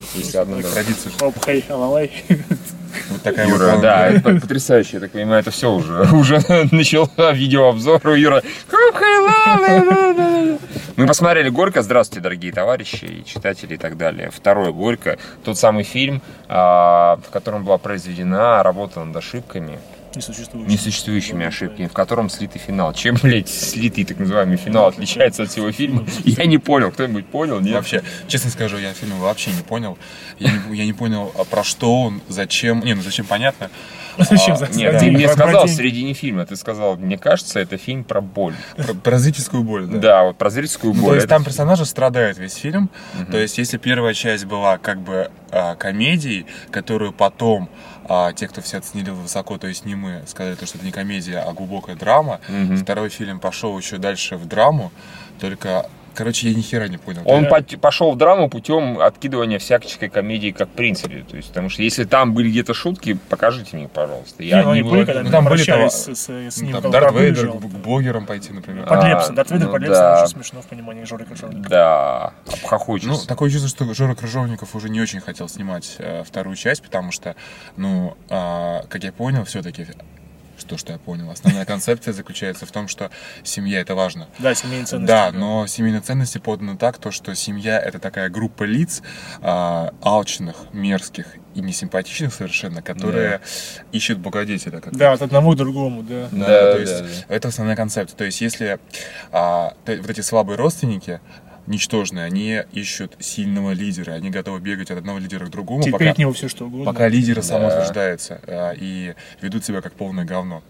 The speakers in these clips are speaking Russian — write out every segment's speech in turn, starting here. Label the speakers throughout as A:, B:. A: 51, да.
B: Традицию.
C: Обхай, алалай.
B: Вот такая
A: Юра,
B: вот.
A: да, это потрясающе, я так понимаю, это все уже. Уже начала видеообзор у Юра. Мы посмотрели «Горько», здравствуйте, дорогие товарищи и читатели и так далее. Второй «Горько», тот самый фильм, а, в котором была произведена работа над ошибками, несуществующими ошибками, в котором слитый финал. Чем, блядь, слитый так называемый финал отличается от всего фильма? Я не понял, кто-нибудь понял?
B: Я
A: Нет?
B: Вообще, честно скажу, я фильм вообще не понял. Я не, я не понял, а про что он, зачем. Не, ну зачем понятно.
C: Зачем
B: А,
C: за-
A: Нет,
C: за
A: ты
C: деньги?
A: мне
C: Про- про
A: сказал в
C: деньги.
A: середине фильма, ты сказал, мне кажется, это фильм про боль.
B: Про, про зрительскую боль, да.
A: Да, вот про зрительскую
B: Ну,
A: боль.
B: то есть
A: Это
B: там персонажи страдают весь фильм. То есть если первая часть была как бы а, комедией, которую потом а, те, кто все оценили высоко, то есть не мы, сказали, то, что это не комедия, а глубокая драма.
A: Мгм.
B: Второй фильм пошел еще дальше в драму. Только, короче, я ни хера не понял.
A: Он пот- пошел в драму путем откидывания всякой комедии как принципе. То есть, потому что если там были где-то шутки, покажите мне, пожалуйста. Я
C: Не, ну,
A: не
C: они
A: был-
C: были, когда
B: ну, там были
C: обращались
B: того-
C: с- с- с
B: Ну,
C: ним.
B: там,
C: когда
B: Дарт
C: он
B: Вейдер
C: жил.
B: к к блогерам пойти, например.
A: А,
C: Под Лепса. Дарт Вейдер
A: ну
C: под Лепса
A: да.
C: очень смешно в понимании Жоры Кошелника.
A: Да,
B: Ну,
A: обхохочешься.
B: такое чувство, что Жора Крыжовников уже не очень хотел снимать э, вторую часть, потому что, ну, а, как я понял, все-таки, что, что я понял, основная концепция заключается в том, что семья это важно.
C: Да, семейные ценности.
B: Да,
A: ну.
B: но семейные ценности поданы так, то, что семья это такая группа лиц а, алчных, мерзких и несимпатичных совершенно, которые ищут благодетеля. Как
C: Да, от одного к другому, да.
B: да,
A: Да,
B: то
A: да,
B: есть это основная концепция. То есть если а, т- вот эти слабые родственники, ничтожные, они ищут сильного лидера, они готовы бегать от одного лидера к
A: Ну,
B: другому,
C: Терпеть
B: пока,
C: от него все что угодно.
B: пока лидеры
A: Да.
B: самоутверждаются а, и ведут себя как полное говно.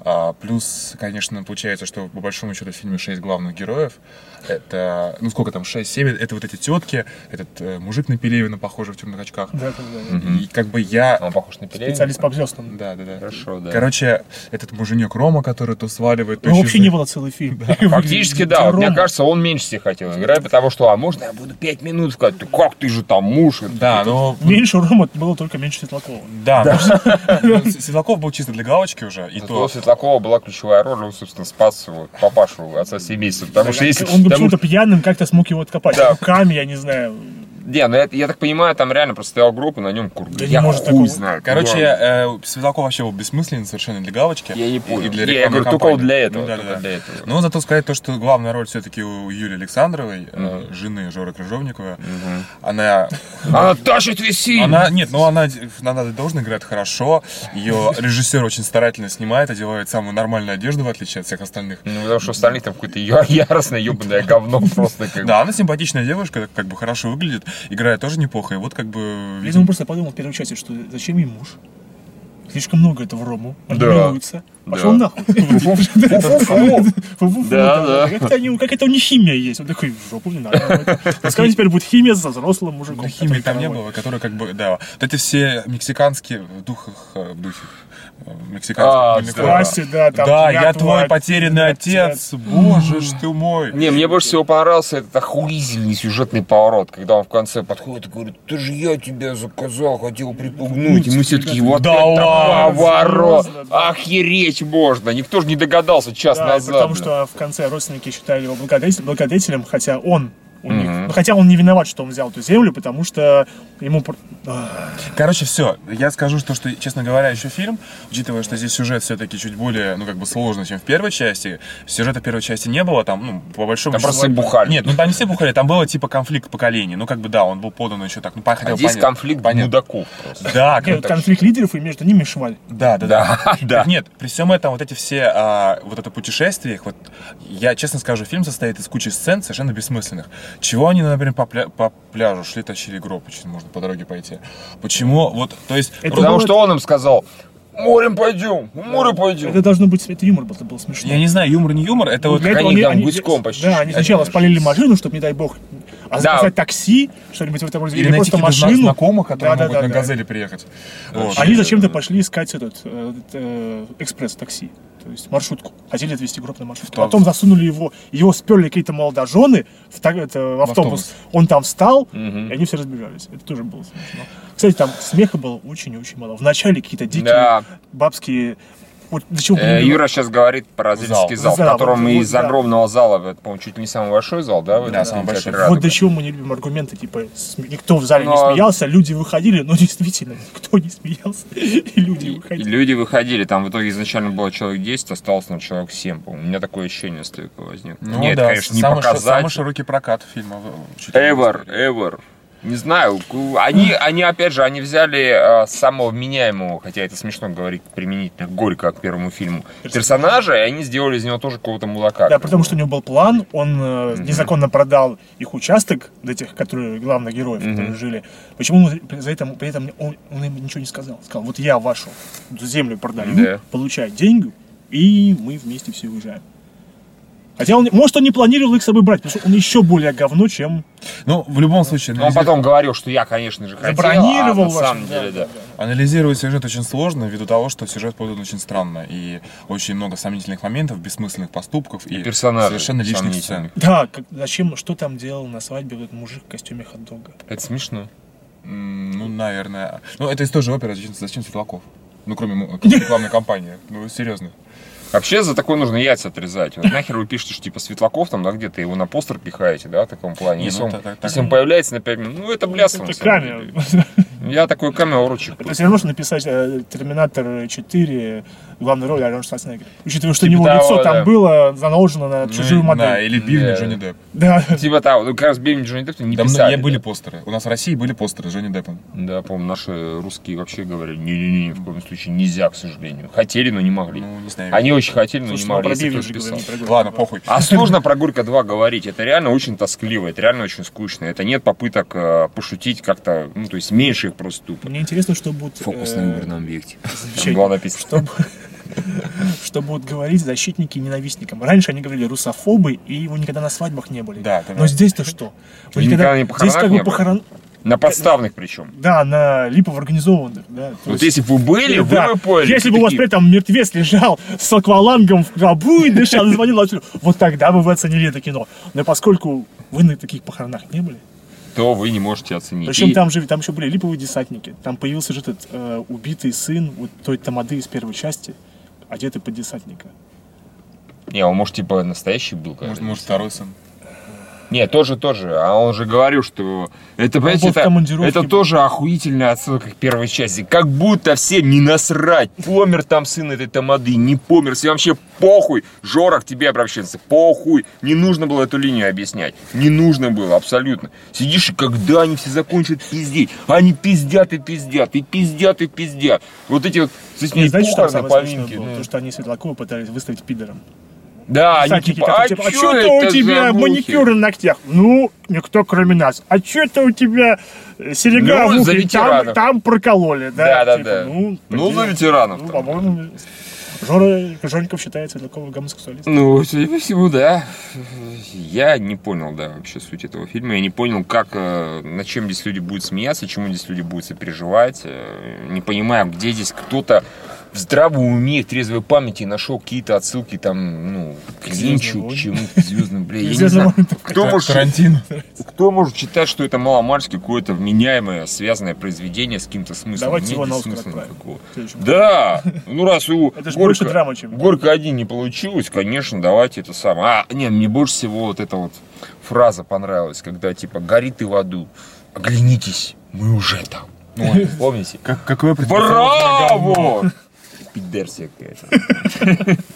B: А, плюс, конечно, получается, что по большому счету в фильме шесть главных героев. Это, ну сколько там, шесть, семь, это вот эти тетки, этот э, мужик на Пелевина, похожий в темных очках.
C: Да, да, да.
A: Мгм. А
B: И как бы я...
A: Он похож на Пелевина?
C: Специалист по взрослым.
B: Да, да, да.
A: Хорошо, да.
B: Короче, этот муженек Рома, который то сваливает, то
C: Его Ну, вообще не
B: исчезает.
C: было целый фильм.
A: Фактически, да. Вот, мне кажется, он меньше всех хотел играть, потому что, а можно я буду пять минут сказать, ты как ты же там муж?
B: Да,
C: ну
B: но...
C: Меньше Рома было только меньше Светлакова.
B: Да, ну, С- Седлаков был чисто для галочки уже, и
A: Зато у
B: то...
A: Светлакова была ключевая роль, он, собственно, спас его, папашу, отца семейства. Потому что если...
C: Он бы
A: потому-
C: почему-то пьяным как-то смог его откопать.
A: Да.
C: Руками, я не знаю.
A: Не, ну это, я так понимаю, там реально просто стоял группа, на нем курка.
C: Да не
A: я
C: может
A: хуй
C: такого.
A: знаю.
B: Короче,
A: да.
B: э, Светлаков вообще был бессмысленен совершенно для галочки.
A: Я не
B: и-
A: понял.
B: И для
A: Не, я
B: рекламной
A: говорю, только
B: кампании.
A: вот для этого,
B: Ну, да, да,
A: только
B: да.
A: для этого.
B: Но зато сказать то, что главная роль все-таки у Юлии Александровой, э, жены Жоры Крыжовникова. Она...
A: Она тащит весь фильм.
B: Она, нет, ну она, она должна играть хорошо. Ее режиссер очень старательно снимает, одевает самую нормальную одежду, в отличие от всех остальных.
A: Ну, потому что остальные там какое-то я- яростное ебаное говно просто как бы.
B: Да, она симпатичная девушка, как бы хорошо выглядит, играет тоже неплохо, и вот как
A: Ну,
B: бы...
C: Видимо, он А просто подумал в первой части, что зачем ей муж? Слишком много этого Рому.
A: Да.
C: Ревнуется. Пошел
A: Да.
C: нахуй. Фу-фу-фу,
A: Да,
C: да.
A: да.
C: Как-то они- Как это у них химия есть? Он такой, в жопу не надо. Пускай теперь будет химия за взрослым мужиком.
B: Ну, химии
C: который
B: там не
C: нормальный.
B: было, которые как бы, да. Вот эти все мексиканские в духах, э, в духе, э,
A: А,
B: мексиканских.
A: да.
B: мультиков.
C: Здрасте, да, там
B: Да,
C: я
B: я твой
C: твой
B: потерянный отец, боже ж ты мой.
A: Не, мне больше всего понравился этот охуительный сюжетный поворот, когда он в конце подходит и говорит, ты же я тебя заказал, хотел припугнуть.
C: Ну,
A: И мы все таки вот
B: Да
A: это
B: ладно,
A: поворот,
C: типа, серьезно, да.
A: охереть можно. Никто же не догадался час
C: Да,
A: назад.
C: потому
A: блин.
C: что в конце родственники считали его благодетелем, благодетелем хотя он у них,
A: Мгм.
C: ну, хотя он не виноват, что он взял эту землю, потому что ему... пр- Ах,
B: Короче, все. Я скажу, что, что, честно говоря, еще фильм, учитывая, что здесь сюжет все-таки чуть более, ну, как бы сложный, чем в первой части. Сюжета в первой части не было, там, ну, по большому
A: Там просто бухали.
B: Нет, ну там не все бухали, там было типа конфликт поколений. Ну, как бы да, он был подан еще так. Ну, по- хотел
A: А здесь
B: понять-
A: конфликт
B: понять.
A: мудаков просто.
B: Да, как-
C: нет, Э, конфликт лидеров и между ними шваль.
B: да, да, да.
A: Да, да.
B: Так Нет, при всем этом вот эти все, а, вот это путешествие, их вот, я честно скажу, фильм состоит из кучи сцен совершенно бессмысленных. Чего они, например, по, пля- по пляжу шли, тащили гроб, почему можно по дороге пойти? Почему, вот, то есть...
C: Это
B: ру-
A: Потому
C: было-
A: что он им сказал, морем пойдем, в море пойдем.
C: Это должно быть, это юмор был, это было смешно.
B: Я не знаю, юмор не юмор, это вот...
C: Для
A: как
C: этого
A: Ну, они там гуськом почти
C: Да,
A: шли,
C: они сначала
A: конечно.
C: спалили машину, чтобы, не дай бог, а заказать такси, что-нибудь в этом роде,
B: Или найти
C: просто
B: каких-то зна-
C: машину.
B: знакомых,
C: Да,
B: которые
C: да,
B: могут
C: да,
B: на
C: да.
B: газели приехать. Вот.
C: Они зачем-то пошли искать этот э, э, экспресс-такси, то есть маршрутку. Хотели отвезти гроб на маршрутку.
B: автобус.
C: Потом засунули его, его сперли какие-то молодожены в, та- это, в автобус.
B: автобус.
C: Он там встал, и они все разбежались. Это тоже было смешно. Кстати, там смеха было очень и очень мало. Вначале какие-то дикие
A: Да.
C: бабские Вот до чего
A: Э,
C: привели.
A: Юра сейчас говорит про зрительский зал,
C: Зал.
A: в котором
C: Вот,
A: из
C: да.
A: огромного зала, это, по-моему, чуть ли не самый большой зал, да? в
B: Да,
A: этом
B: самый
A: кинотеатре
B: большой.
A: «Радуга».
C: Вот до чего мы не любим аргументы, типа, см- никто в зале
A: Ну,
C: не
A: а-
C: смеялся, люди выходили, но действительно, никто не смеялся, и люди
A: И
C: выходили.
A: люди выходили, там в итоге изначально было человек 10, осталось там человек 7, по-моему. У меня такое ощущение стойкое возникло.
B: Ну
A: Нет,
B: да,
A: конечно, не
B: самый, ши- самый
A: показатель.
B: широкий прокат фильма. в- чуть ли не в
A: Эвер,
B: истории.
A: эвер. Не знаю, ку- они, они, опять же, они взяли э, самого вменяемого, хотя это смешно говорить применительно горько к первому фильму, персонажа, и они сделали из него тоже какого-то мудака. Ну,
C: Да, потому что у него был план, он э, незаконно продал их участок, до тех, которые главных героев, которые жили. Почему он при- за это, при этом он, он им ничего не сказал? Сказал, вот я вашу землю продаю,
A: Да.
C: получаю деньги, и мы вместе все уезжаем. Хотя он, может, он не планировал их с собой брать, потому что он еще более говно, чем
B: Ну, в любом случае,
A: Но он
B: анализи-
A: а потом говорил, что я, конечно же, хотел,
C: забронировал.
A: а на
C: вашу-
A: самом деле, да.
B: анализировать сюжет очень сложно, ввиду того, что сюжет подан очень странно. И очень много сомнительных моментов, бессмысленных поступков и,
A: персонажей
B: совершенно лишних
A: сомнительных.
B: сцен.
C: Да, как- зачем, что там делал на свадьбе этот мужик в костюме хот-дога?
A: Это смешно.
B: М, Ну, наверное. Ну, это из той же оперы «Зачем, зачем Светлаков?» Ну, кроме м, рекламной кампании. Ну, серьезно.
A: Вообще за такое нужно яйца отрезать. Вот нахер вы пишете, что типа Светлаков там, да, где-то его на постер пихаете, да, в таком плане.
B: Не,
A: Если
B: ну,
A: он,
B: так- так-
A: если он появляется на 5 минут, ну это блясно.
C: Это камера.
A: Я такой камео ручек.
C: Это все равно, что написать э, «Терминатор 4», главную роль Арон Шварценеггер. Учитывая, что у
A: Типа
C: него
A: того,
C: лицо
A: да.
C: там было заложено на чужую
B: Ну, Да,
C: модель.
B: или Бивни
A: Да.
B: Джонни Депп.
C: Да.
A: Типа там, ну, как раз Бенни Джонни Депп не
B: Да, мно-
A: писали.
B: я были
A: да.
B: постеры. У нас в России были постеры с Джонни Деппом.
A: Да, по-моему, наши русские вообще говорили, не-не-не, ни в коем случае нельзя, к сожалению. Хотели, но не могли.
B: Ну, а не знаю.
A: Они очень хотели, но
C: Слушай,
A: не
C: мы
A: могли.
C: про
A: если
C: Бивни
A: кто-то
C: же
A: писал.
C: говорим, про Гурка.
B: Ладно, похуй.
A: А сложно про Горько 2 говорить. Это реально очень тоскливо, это реально очень скучно. Это нет попыток э, пошутить как-то, ну, то есть меньше их просто тупо.
C: Мне интересно, что будут...
A: Фокус
C: э,
A: на угольном объекте. Там
C: защищать-
A: было написано.
C: Что бу- что будут говорить защитники ненавистникам. Раньше они говорили русофобы, и вы никогда на свадьбах не были.
B: Да, да, да.
C: Но здесь-то что? Вы
A: И никогда не
C: Здесь
A: похоронах
C: как
A: не было?
C: бы похорон...
A: На подставных причем.
C: Да, на липово организованных. Да. То
A: Вот
C: есть-
A: если бы вы были, вы
C: Да.
A: бы поняли.
C: Если бы у вас
A: Такие,
C: при этом мертвец лежал с аквалангом в гробу и дышал, и звонил отсюда, вот тогда бы вы оценили это кино. Но поскольку вы на таких похоронах не были,
A: То вы не можете оценить.
C: причем
A: И-
C: там же там еще были липовые десантники, там появился же этот э, убитый сын вот той тамады из первой части, одетый под десантника.
A: Не, он, может, типа настоящий был,
B: Может,
A: конечно.
B: может, второй сын.
A: Не, тоже, тоже. А он же говорил, что... Это, понимаете,
C: был в
A: это,
C: командировке.
A: это тоже охуительная отсылка к первой части. Как будто всем не насрать. Помер там сын этой тамады, не помер. Всем вообще похуй. Жора к тебе обращается. Похуй. Не нужно было эту линию объяснять. Не нужно было, абсолютно. Сидишь, и когда они все закончат пиздеть? Они пиздят и пиздят, и пиздят, и пиздят. Вот эти вот... здесь
C: И
A: не
C: знаете, что там
A: похороны,
C: самое смешное
A: поминки.
C: было?
A: ну.
C: То, что они Светлакова пытались выставить пидором.
A: Да, они
C: Десантники,
A: типа, а,
C: которые,
A: чё
C: типа, чё это
A: это
C: у
A: за
C: тебя
A: мухи?»
C: маникюр на ногтях? Ну, никто кроме нас. А что это у тебя э, серега
A: Ну,
C: в ухе?
A: за ветеранов.
C: Там, там прокололи,
A: Да,
C: да?
A: да,
C: Типа,
A: да.
C: Ну,
A: Ну,
C: блин.
A: за ветеранов
C: Ну,
A: там.
C: по-моему, Жора Жоньков считает Светлакова гомосексуалистом.
A: Ну, судя по всему, да. Я не понял, да, вообще суть этого фильма. Я не понял, как, э, над чем здесь люди будут смеяться, чему здесь люди будут сопереживать. Э, Не понимаю, где здесь кто-то в здравом уме, в трезвой памяти нашел какие-то отсылки там, ну, к Линчу, к
C: «Звездным
A: чему, к звездным, бля, я не
C: «Звездным
A: знаю.
C: войнам».
A: Кто
B: Тар-
A: может
B: Тарантино.
A: кто может считать, что это маломальски какое-то вменяемое, связанное произведение с каким-то смыслом?
C: Давайте
A: Нет
C: его
A: здесь
C: на «Оскар»
A: смысла
C: отправим.
A: никакого.
C: В следующем году.
A: Да, ну раз у
C: Это ж
A: Горько-
C: больше драма, чем-
A: Горько один не получилось, конечно, давайте это самое. А, не, мне больше всего вот эта вот фраза понравилась, когда типа горит ты в аду, оглянитесь, мы уже там. Ну, вот, помните?
B: Как, какое
A: Браво! Пидерсия какая-то.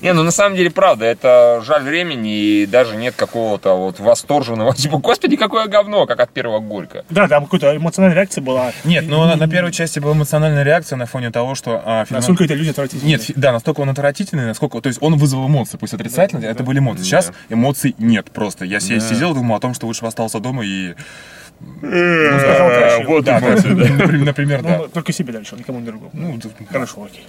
A: Не, ну на самом деле правда, это жаль времени и даже нет какого-то вот восторженного, типа, господи, какое говно, как от первого горько.
C: Да, там какая-то эмоциональная реакция была.
B: Нет, ну на, на первой части была эмоциональная реакция на фоне того, что а, фильм...
C: Насколько это люди отвратительные.
B: Нет, фи- да, настолько он отвратительный, насколько... То есть он вызвал эмоции, пусть отрицательные, это были эмоции. Сейчас эмоций нет просто. Я си- сидел, думал о том, что лучше бы остался дома и...
C: Ну,
B: Э,
C: короче,
A: Э, Вот
B: Да,
A: и вот.
B: да, например, например, да.
C: Ну, только себе дальше, никому не другому.
B: Ну, тут-
C: Хорошо, окей.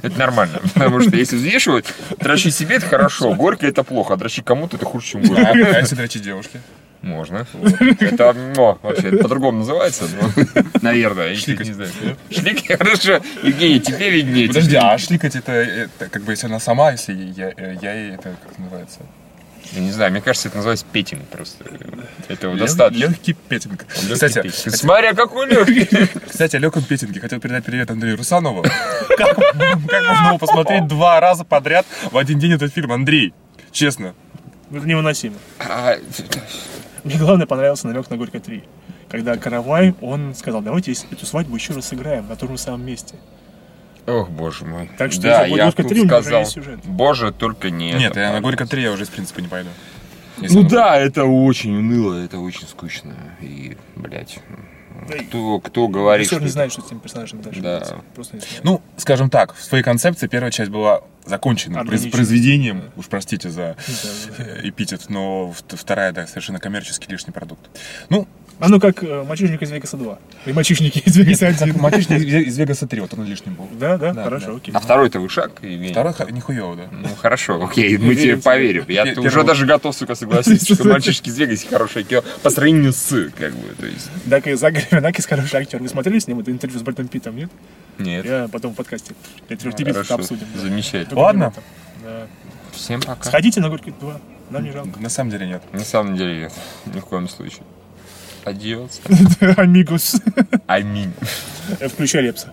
A: Это нормально, потому что если взвешивать, дрочить себе это хорошо, горько это плохо, а дрочить кому-то это хуже, чем
B: А
A: горько.
B: пытаешься дрочить девушки.
A: Можно. Это, ну, вообще, это по-другому называется, но, наверное, я не знаю. Шлик, хорошо. Евгений, тебе виднее.
B: а? Подожди, а шликать это, это как бы если она сама, если я, я ей это как называется?
A: Я не знаю, мне кажется, это называется петинг просто. Этого
B: Лег-
A: достаточно.
B: Легкий петинг.
A: Лёгкий
B: Кстати,
A: петинг. Смотря какой легкий.
B: Кстати, о легком петинге. Хотел передать привет Андрею Русанову. Как, как можно его посмотреть два раза подряд в один день этот фильм? Андрей, честно.
C: Ну, Это невыносимо.
A: А,
C: Мне главное понравился «Намек на Горько 3». Когда Каравай, он сказал, давайте эту свадьбу еще раз сыграем на том же самом месте.
A: Ох, боже мой.
C: Так что
A: да,
C: если будет
A: я
C: лодка
A: тут
C: три, у меня уже
A: сказал,
C: есть сюжет.
A: боже, только не
B: Нет,
A: это,
B: я на
A: пожалуйста».
B: Горько 3 я уже, в принципе, не пойду. Если
A: Ну
B: оно-
A: да, это очень уныло, это очень скучно. И, блядь, кто, кто говорит,
C: Режиссер не
A: это-
C: знает, что с этим персонажем дальше
A: Да.
C: будет. Просто не знает.
B: Ну, скажем так, в своей концепции первая часть была закончена
C: Органично.
B: произведением, уж простите
C: Да,
B: за
C: да.
B: э, эпитет, но в- вторая, да, совершенно коммерческий лишний продукт. Ну,
C: А ну как э, «Мальчишник из Вегаса 2». И «Мальчишники из Вегаса 1».
B: матичный из Вегаса 3, вот он лишним был.
C: Да, да,
B: Да,
C: хорошо,
B: да.
C: окей.
A: А второй-то вы шаг, Евгений?
B: Второй ха- нихуево, да.
A: Ну хорошо, окей, мы тебе
C: верим тебе.
A: поверим. Я
B: Пе-
A: т- уже
B: первый.
A: даже готов, сука, согласиться, что мальчишки из Вегаси хорошее кино по сравнению с, как бы, то есть.
C: Да, и Зак Грифинакис э, хороший актер. Вы смотрели с ним это интервью с Брэдом Питтом, нет?
A: Нет.
C: Я потом в подкасте. Это
A: Хорошо,
C: обсудим. да.
A: замечательно.
C: Только
B: Ладно.
C: не в этом. Да.
A: Всем пока.
C: Сходите на «Горько 2». Нам не жалко.
B: На самом деле нет.
A: На самом деле нет, ни в коем случае. Адиос.
C: Амигус.
A: Аминь.
C: Включай Лепса.